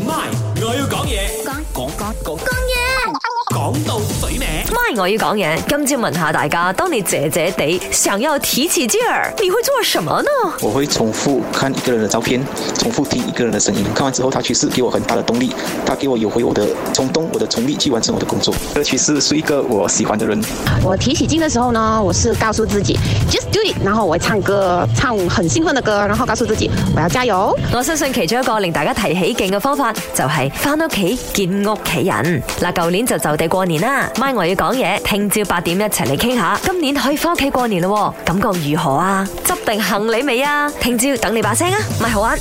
我要講嘢，講講講講講到嘴歪。 My，我要讲嘢。今朝问下大家，当你姐姐地想要提起劲儿，你会做什么呢？我会重复看一个人的照片，重复听一个人的声音。看完之后，他趋势给我很大的动力，他给我有回我的冲动，我的冲力去完成我的工作。这个趋势是一个我喜欢的人。我提起劲的时候呢，我是告诉自己 just do it，然后我会唱歌，唱很兴奋的歌，然后告诉自己我要加油。我相信其中一個令大家提起勁嘅方法，就係翻屋企見屋企人。嗱，舊年就就地過年啦，My 我要講嘢，聽朝八點一齊嚟傾下，今年可以翻屋企過年咯喎，感覺如何啊？執定行李未啊？聽朝等你把聲啊，咪好玩。